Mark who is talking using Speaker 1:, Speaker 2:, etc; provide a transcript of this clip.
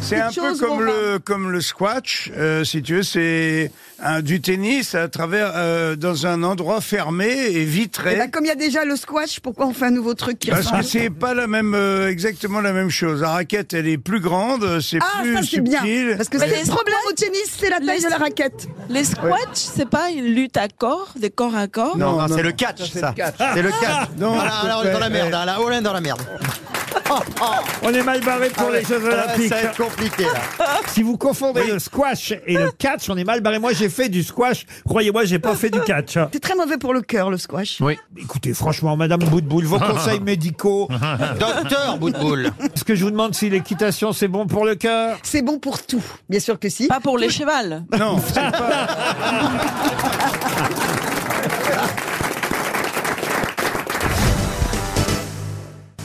Speaker 1: C'est un peu
Speaker 2: choses
Speaker 1: comme
Speaker 2: vont
Speaker 1: le, comme le squash, euh, si tu veux, c'est un- du tennis à travers, euh, dans un endroit fermé et vitré.
Speaker 2: Eh ben, comme il y a déjà le squash, pourquoi on fait un nouveau truc qui
Speaker 1: Parce que
Speaker 2: ressemble
Speaker 1: c'est pas la même, euh, exactement la même chose. La raquette, elle est plus grande, c'est
Speaker 2: Ah,
Speaker 1: plus
Speaker 2: ça c'est
Speaker 1: subtil.
Speaker 2: bien. Parce que
Speaker 3: Mais
Speaker 2: c'est
Speaker 3: les
Speaker 2: le problème au tennis, c'est la taille
Speaker 3: les-
Speaker 2: de la raquette.
Speaker 3: Les squats, c'est pas une lutte à corps, de corps à corps.
Speaker 1: Non,
Speaker 4: Non, non,
Speaker 1: non,
Speaker 4: Ah, c'est le
Speaker 1: non.
Speaker 4: catch, ça. C'est le catch.
Speaker 1: Non,
Speaker 4: Voilà,
Speaker 1: c'est
Speaker 4: alors,
Speaker 1: pas-
Speaker 4: dans la merde, hein, la Hollande dans la merde.
Speaker 5: On est mal barré pour
Speaker 4: Ah
Speaker 5: les
Speaker 4: ouais,
Speaker 5: Jeux
Speaker 4: ouais,
Speaker 5: Olympiques.
Speaker 4: Ça va être compliqué, là.
Speaker 5: Si vous confondez le squash et le catch, on est mal barré. Moi, j'ai fait du squash. Croyez-moi, j'ai pas fait du catch.
Speaker 2: C'est très mauvais pour le cœur, le squash.
Speaker 5: Écoutez, franchement, Madame Boutboul, vos conseils médicaux.
Speaker 4: Uh-huh. Docteur Boutboul.
Speaker 5: Est-ce que je vous demande si l'équitation, c'est bon pour le cœur
Speaker 2: C'est bon pour tout, bien sûr que si.
Speaker 3: Pas pour les chevals.
Speaker 1: Non, c'est pas.